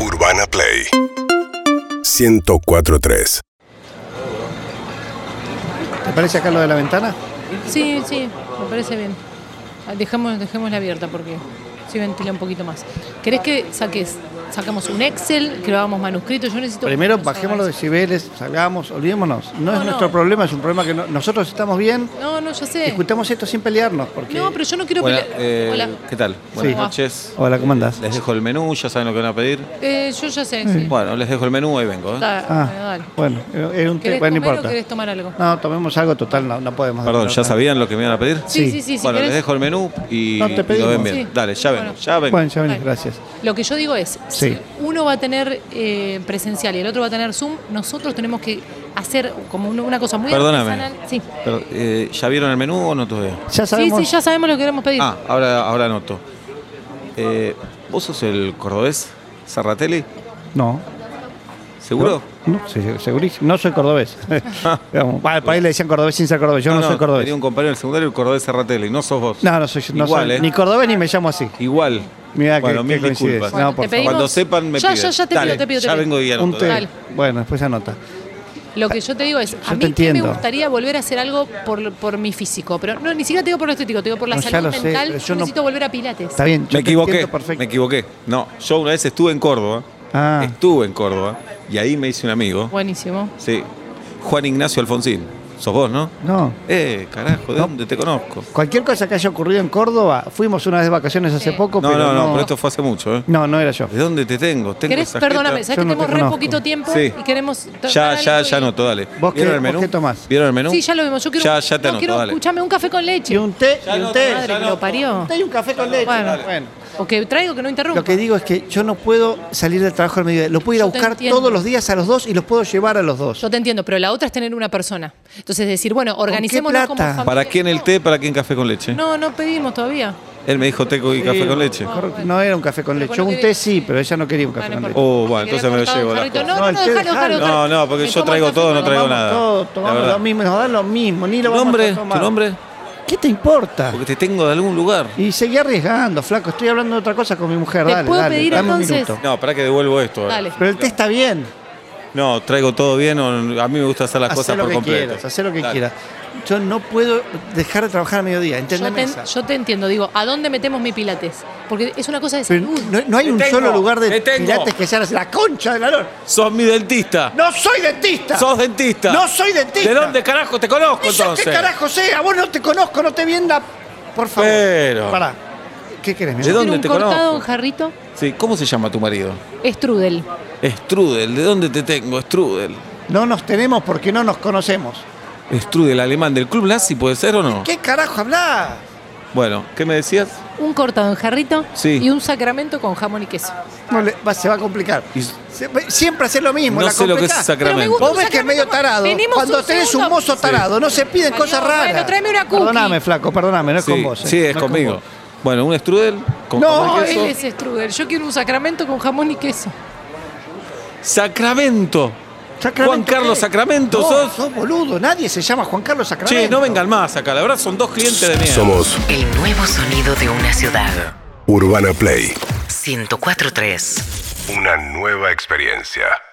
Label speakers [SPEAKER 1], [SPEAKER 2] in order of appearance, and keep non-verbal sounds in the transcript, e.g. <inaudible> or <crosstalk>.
[SPEAKER 1] Urbana Play 1043.
[SPEAKER 2] ¿Te parece acá lo de la ventana?
[SPEAKER 3] Sí, sí, me parece bien. Ah, Dejemos, dejémosla abierta porque sí ventila un poquito más. ¿Querés que saques, sacamos un Excel, que lo hagamos manuscrito? Yo necesito.
[SPEAKER 2] Primero
[SPEAKER 3] que nos
[SPEAKER 2] bajemos los
[SPEAKER 3] hagas.
[SPEAKER 2] decibeles, salgamos, olvidémonos. No, es
[SPEAKER 3] no.
[SPEAKER 2] nuestro problema, es un problema que no- nosotros estamos bien.
[SPEAKER 3] No, no, ya sé.
[SPEAKER 2] Discutamos esto sin pelearnos. Porque...
[SPEAKER 3] No, pero yo no quiero
[SPEAKER 4] Hola,
[SPEAKER 3] pelear.
[SPEAKER 4] eh,
[SPEAKER 3] Hola.
[SPEAKER 4] ¿qué tal? Buenas
[SPEAKER 2] Sí.
[SPEAKER 4] noches.
[SPEAKER 2] Hola, ¿cómo andás?
[SPEAKER 4] Les dejo el menú, ya saben lo que van a pedir.
[SPEAKER 3] Eh, yo ya sé. Sí.
[SPEAKER 4] Bueno, les dejo el menú, ahí vengo. ¿eh?
[SPEAKER 3] Da-
[SPEAKER 2] Ah,
[SPEAKER 3] bueno, dale.
[SPEAKER 2] bueno, era un tema, bueno, no
[SPEAKER 3] ¿Querés comer o
[SPEAKER 2] importa. Ah.
[SPEAKER 3] querés tomar algo?
[SPEAKER 2] No, tomemos algo total, no, no podemos.
[SPEAKER 4] Perdón, ¿ya sabían lo que me iban a pedir?
[SPEAKER 3] Sí, sí,
[SPEAKER 2] Sí.
[SPEAKER 3] sí. si
[SPEAKER 4] bueno, les
[SPEAKER 3] querés-
[SPEAKER 4] dejo el menú y,
[SPEAKER 2] No, te
[SPEAKER 4] y lo
[SPEAKER 2] pedimos.
[SPEAKER 4] ven bien.
[SPEAKER 3] Sí.
[SPEAKER 4] Dale, ya vengo,
[SPEAKER 3] Bueno.
[SPEAKER 4] ya vengo.
[SPEAKER 2] Bueno, ya venís,
[SPEAKER 3] Vale.
[SPEAKER 2] gracias.
[SPEAKER 3] Lo que yo digo es,
[SPEAKER 2] Sí.
[SPEAKER 3] si uno va a tener eh, presencial y el otro va a tener Zoom, nosotros tenemos que hacer como un- una cosa muy
[SPEAKER 4] Perdóname.
[SPEAKER 3] artesanal. Sí.
[SPEAKER 4] Pero, eh, ¿Ya vieron el menú o no todavía?
[SPEAKER 2] Ya
[SPEAKER 3] sí,
[SPEAKER 2] sabemos.
[SPEAKER 3] sí, ya sabemos lo que queremos pedir.
[SPEAKER 4] Ah, ahora, ahora anoto. Eh, ¿Vos sos el cordobés Zarratelli?
[SPEAKER 2] No.
[SPEAKER 4] ¿Seguro?
[SPEAKER 2] No, se- segurísimo. No soy
[SPEAKER 4] <laughs>
[SPEAKER 2] cordobés. Digamos, Al país le decían cordobés sin ser cordobés. Yo no, soy cordobés.
[SPEAKER 4] Ah, Tenía un compañero del secundario, el cordobés Zarratelli. No sos vos.
[SPEAKER 2] No, no soy, no
[SPEAKER 4] Igual,
[SPEAKER 2] soy
[SPEAKER 4] ¿eh?
[SPEAKER 2] ni cordobés ni me llamo así.
[SPEAKER 4] Igual.
[SPEAKER 2] Mirá que-
[SPEAKER 4] bueno,
[SPEAKER 2] qué
[SPEAKER 4] mil
[SPEAKER 2] coincidencia.
[SPEAKER 4] disculpas.
[SPEAKER 2] No, por
[SPEAKER 3] te
[SPEAKER 2] favor.
[SPEAKER 3] pedimos-
[SPEAKER 4] Cuando sepan, me
[SPEAKER 3] ya,
[SPEAKER 4] piden.
[SPEAKER 3] Ya, ya te
[SPEAKER 4] Dale,
[SPEAKER 3] pido, te pido. te
[SPEAKER 4] Ya
[SPEAKER 3] pido.
[SPEAKER 4] vengo y anoto.
[SPEAKER 2] Un té.
[SPEAKER 3] Dale.
[SPEAKER 2] Bueno, después anota.
[SPEAKER 3] Lo que yo te digo es, a
[SPEAKER 2] te
[SPEAKER 3] mí que me
[SPEAKER 2] entiendo.
[SPEAKER 3] gustaría volver a hacer algo por, por mi físico, pero no, ni siquiera te digo por lo estético, te digo por la
[SPEAKER 2] No, ya
[SPEAKER 3] salud
[SPEAKER 2] lo sé,
[SPEAKER 3] mental,
[SPEAKER 2] pero
[SPEAKER 3] yo,
[SPEAKER 2] yo no-
[SPEAKER 3] necesito volver a Pilates.
[SPEAKER 2] Está bien, yo
[SPEAKER 4] Me
[SPEAKER 2] te
[SPEAKER 4] equivoqué,
[SPEAKER 2] entiendo perfecto.
[SPEAKER 4] me Este, equivoqué. No, yo una vez estuve en Córdoba,
[SPEAKER 2] Ah.
[SPEAKER 4] estuve en Córdoba, y ahí me hice un amigo,
[SPEAKER 3] Buenísimo.
[SPEAKER 4] sí, Juan Ignacio Alfonsín. ¿Sos vos, no?
[SPEAKER 2] No.
[SPEAKER 4] Eh, carajo, ¿de dónde te conozco?
[SPEAKER 2] Cualquier cosa que haya ocurrido en Córdoba, fuimos una vez de vacaciones hace
[SPEAKER 3] Sí.
[SPEAKER 2] poco,
[SPEAKER 4] No, no,
[SPEAKER 2] pero
[SPEAKER 4] no, pero esto fue hace mucho, ¿eh?
[SPEAKER 2] No, no era yo.
[SPEAKER 4] ¿De dónde te tengo? Tengo
[SPEAKER 3] ¿Querés?
[SPEAKER 4] esa
[SPEAKER 3] Perdóname,
[SPEAKER 4] jeta.
[SPEAKER 3] ¿sabes que
[SPEAKER 2] Yo no te
[SPEAKER 3] tenemos re
[SPEAKER 2] conozco.
[SPEAKER 3] poquito tiempo
[SPEAKER 4] Sí.
[SPEAKER 3] y queremos...
[SPEAKER 4] Ya,
[SPEAKER 3] tomar
[SPEAKER 4] ya,
[SPEAKER 3] algo
[SPEAKER 4] ya
[SPEAKER 3] y-
[SPEAKER 4] anoto, dale.
[SPEAKER 2] ¿Vos qué-
[SPEAKER 4] ¿Vieron el
[SPEAKER 2] vos
[SPEAKER 4] menú?
[SPEAKER 2] qué tomás?
[SPEAKER 4] ¿Vieron el menú?
[SPEAKER 3] Sí, ya lo vimos. Yo quiero,
[SPEAKER 4] Ya, ya te
[SPEAKER 3] no,
[SPEAKER 4] anoto,
[SPEAKER 3] quiero
[SPEAKER 4] dale.
[SPEAKER 3] escuchame un café con leche.
[SPEAKER 2] Y un té, y un
[SPEAKER 4] no,
[SPEAKER 2] té.
[SPEAKER 4] ya
[SPEAKER 3] Madre que
[SPEAKER 4] anoto.
[SPEAKER 3] lo parió.
[SPEAKER 2] Un té y un café con leche.
[SPEAKER 3] Bueno.
[SPEAKER 2] Bueno.
[SPEAKER 3] O que traigo que no interrumpa.
[SPEAKER 2] Lo que digo es que yo no puedo salir del trabajo al mediodía. Lo puedo ir a
[SPEAKER 3] Yo te
[SPEAKER 2] buscar
[SPEAKER 3] entiendo.
[SPEAKER 2] todos los días a los dos y los puedo llevar a los dos.
[SPEAKER 3] Yo te entiendo, pero la otra es tener una persona. Entonces decir, bueno, organicémonos como
[SPEAKER 2] plata?
[SPEAKER 3] familia.
[SPEAKER 4] ¿Para quién el
[SPEAKER 3] No,
[SPEAKER 4] té, para quién café con leche?
[SPEAKER 3] No, no pedimos todavía.
[SPEAKER 4] Él me dijo té y café con leche.
[SPEAKER 2] Correcto. No era un café con
[SPEAKER 3] Pero
[SPEAKER 2] leche.
[SPEAKER 3] bueno,
[SPEAKER 2] Un
[SPEAKER 3] ¿qué
[SPEAKER 2] té
[SPEAKER 3] digo?
[SPEAKER 2] sí, pero ella no quería un café
[SPEAKER 3] Bueno,
[SPEAKER 2] con
[SPEAKER 3] no
[SPEAKER 2] leche.
[SPEAKER 3] importa.
[SPEAKER 4] Oh, bueno,
[SPEAKER 3] Si querés
[SPEAKER 4] entonces me lo
[SPEAKER 3] cortar un
[SPEAKER 4] llevo, la
[SPEAKER 3] jarrito.
[SPEAKER 4] cosa.
[SPEAKER 3] No,
[SPEAKER 2] No,
[SPEAKER 3] no,
[SPEAKER 2] el
[SPEAKER 3] no,
[SPEAKER 2] té
[SPEAKER 3] déjalo, déjalo,
[SPEAKER 2] dejalo.
[SPEAKER 3] déjalo.
[SPEAKER 4] No, no, porque
[SPEAKER 3] Me
[SPEAKER 4] yo
[SPEAKER 3] como
[SPEAKER 4] traigo
[SPEAKER 3] el café
[SPEAKER 4] todo,
[SPEAKER 3] con
[SPEAKER 4] no
[SPEAKER 3] la
[SPEAKER 4] traigo
[SPEAKER 3] mamá.
[SPEAKER 4] nada.
[SPEAKER 2] Todo, tomamos
[SPEAKER 4] La verdad.
[SPEAKER 2] lo mismo, nos da lo mismo, ni lo
[SPEAKER 4] ¿Tu
[SPEAKER 2] vamos
[SPEAKER 4] nombre?
[SPEAKER 2] a
[SPEAKER 4] ¿Tu
[SPEAKER 2] tomar.
[SPEAKER 4] nombre?
[SPEAKER 2] ¿Qué te importa?
[SPEAKER 4] Porque te tengo de algún lugar.
[SPEAKER 2] Y seguí arriesgando, flaco. Estoy hablando de otra cosa con mi mujer.
[SPEAKER 3] ¿Te
[SPEAKER 2] Dale,
[SPEAKER 3] puedo
[SPEAKER 2] dale,
[SPEAKER 3] pedir,
[SPEAKER 2] dame
[SPEAKER 3] entonces?
[SPEAKER 2] un minuto.
[SPEAKER 4] No, para que devuelvo esto. ahora.
[SPEAKER 3] Dale.
[SPEAKER 2] Pero el té está bien.
[SPEAKER 4] No, traigo todo bien. o- A mí me gusta hacer las
[SPEAKER 2] Hacé
[SPEAKER 4] cosas
[SPEAKER 2] lo
[SPEAKER 4] por
[SPEAKER 2] que
[SPEAKER 4] completo.
[SPEAKER 2] quieras, hacé lo que
[SPEAKER 4] Dale.
[SPEAKER 2] quieras. Yo no puedo dejar de trabajar a mediodía,
[SPEAKER 3] Yo
[SPEAKER 2] ¿entendeme
[SPEAKER 3] te,
[SPEAKER 2] esa?
[SPEAKER 3] yo te entiendo, digo, ¿a dónde metemos mi pilates? Porque es una cosa de
[SPEAKER 2] Pero
[SPEAKER 3] salud.
[SPEAKER 2] no, no hay
[SPEAKER 4] Te
[SPEAKER 2] un
[SPEAKER 4] tengo,
[SPEAKER 2] solo lugar de
[SPEAKER 4] te tengo.
[SPEAKER 2] pilates que sea la concha de la lora.
[SPEAKER 4] Sos mi dentista.
[SPEAKER 2] ¡No soy dentista!
[SPEAKER 4] Sos dentista.
[SPEAKER 2] ¡No soy dentista!
[SPEAKER 4] ¿De dónde carajo te conozco
[SPEAKER 2] No sé
[SPEAKER 4] entonces?
[SPEAKER 2] qué carajo sea? Vos no te conozco, no te vi en la... Por favor.
[SPEAKER 4] Pero-
[SPEAKER 2] Pará. ¿Qué querés, mi
[SPEAKER 4] ¿De
[SPEAKER 2] amor?
[SPEAKER 4] dónde
[SPEAKER 3] un
[SPEAKER 4] te
[SPEAKER 3] cortado
[SPEAKER 4] conozco?
[SPEAKER 3] en jarrito?
[SPEAKER 4] Sí, ¿cómo se llama tu marido?
[SPEAKER 3] Strudel.
[SPEAKER 4] Strudel. ¿De dónde te tengo? Strudel.
[SPEAKER 2] No nos tenemos porque no nos conocemos.
[SPEAKER 4] Strudel, alemán del club nazi, ¿puede ser o no?
[SPEAKER 2] ¿Qué carajo hablás?
[SPEAKER 4] Bueno, ¿qué me decías?
[SPEAKER 3] Un cortado en jarrito
[SPEAKER 4] Sí.
[SPEAKER 3] y un sacramento con jamón y queso.
[SPEAKER 2] No le- va- se va a complicar.
[SPEAKER 4] Y-
[SPEAKER 2] Se- siempre hacer lo mismo.
[SPEAKER 4] No
[SPEAKER 2] la
[SPEAKER 4] sé lo que es
[SPEAKER 2] complicás.
[SPEAKER 4] sacramento.
[SPEAKER 3] Pero me gusta
[SPEAKER 2] Vos
[SPEAKER 3] un
[SPEAKER 2] ves que es
[SPEAKER 3] sacramento
[SPEAKER 2] medio
[SPEAKER 3] con-
[SPEAKER 2] tarado.
[SPEAKER 3] Venimos
[SPEAKER 2] Cuando
[SPEAKER 3] un
[SPEAKER 2] tenés
[SPEAKER 3] segundo.
[SPEAKER 2] un mozo tarado, no se piden
[SPEAKER 3] Bueno,
[SPEAKER 2] cosas raras.
[SPEAKER 3] bueno, tráeme una cookie.
[SPEAKER 2] Perdóname, flaco, perdóname, no es
[SPEAKER 4] sí,
[SPEAKER 2] con vos. eh,
[SPEAKER 4] sí, es
[SPEAKER 2] no con
[SPEAKER 4] conmigo.
[SPEAKER 2] vos.
[SPEAKER 4] Bueno, un strudel con
[SPEAKER 2] No,
[SPEAKER 4] jamón y
[SPEAKER 3] Él
[SPEAKER 4] queso.
[SPEAKER 3] es Strudel. Yo quiero un sacramento con jamón y queso.
[SPEAKER 4] Sacramento.
[SPEAKER 2] ¿Sacramento
[SPEAKER 4] Juan Carlos
[SPEAKER 2] qué?
[SPEAKER 4] Sacramento,
[SPEAKER 2] no,
[SPEAKER 4] sos.
[SPEAKER 2] boludo, nadie se llama Juan Carlos Sacramento.
[SPEAKER 4] Che, no vengan más acá. La verdad son dos clientes de mierda.
[SPEAKER 1] Somos
[SPEAKER 5] El nuevo sonido de una ciudad.
[SPEAKER 1] Urbana Play,
[SPEAKER 5] 1043.
[SPEAKER 1] una nueva experiencia.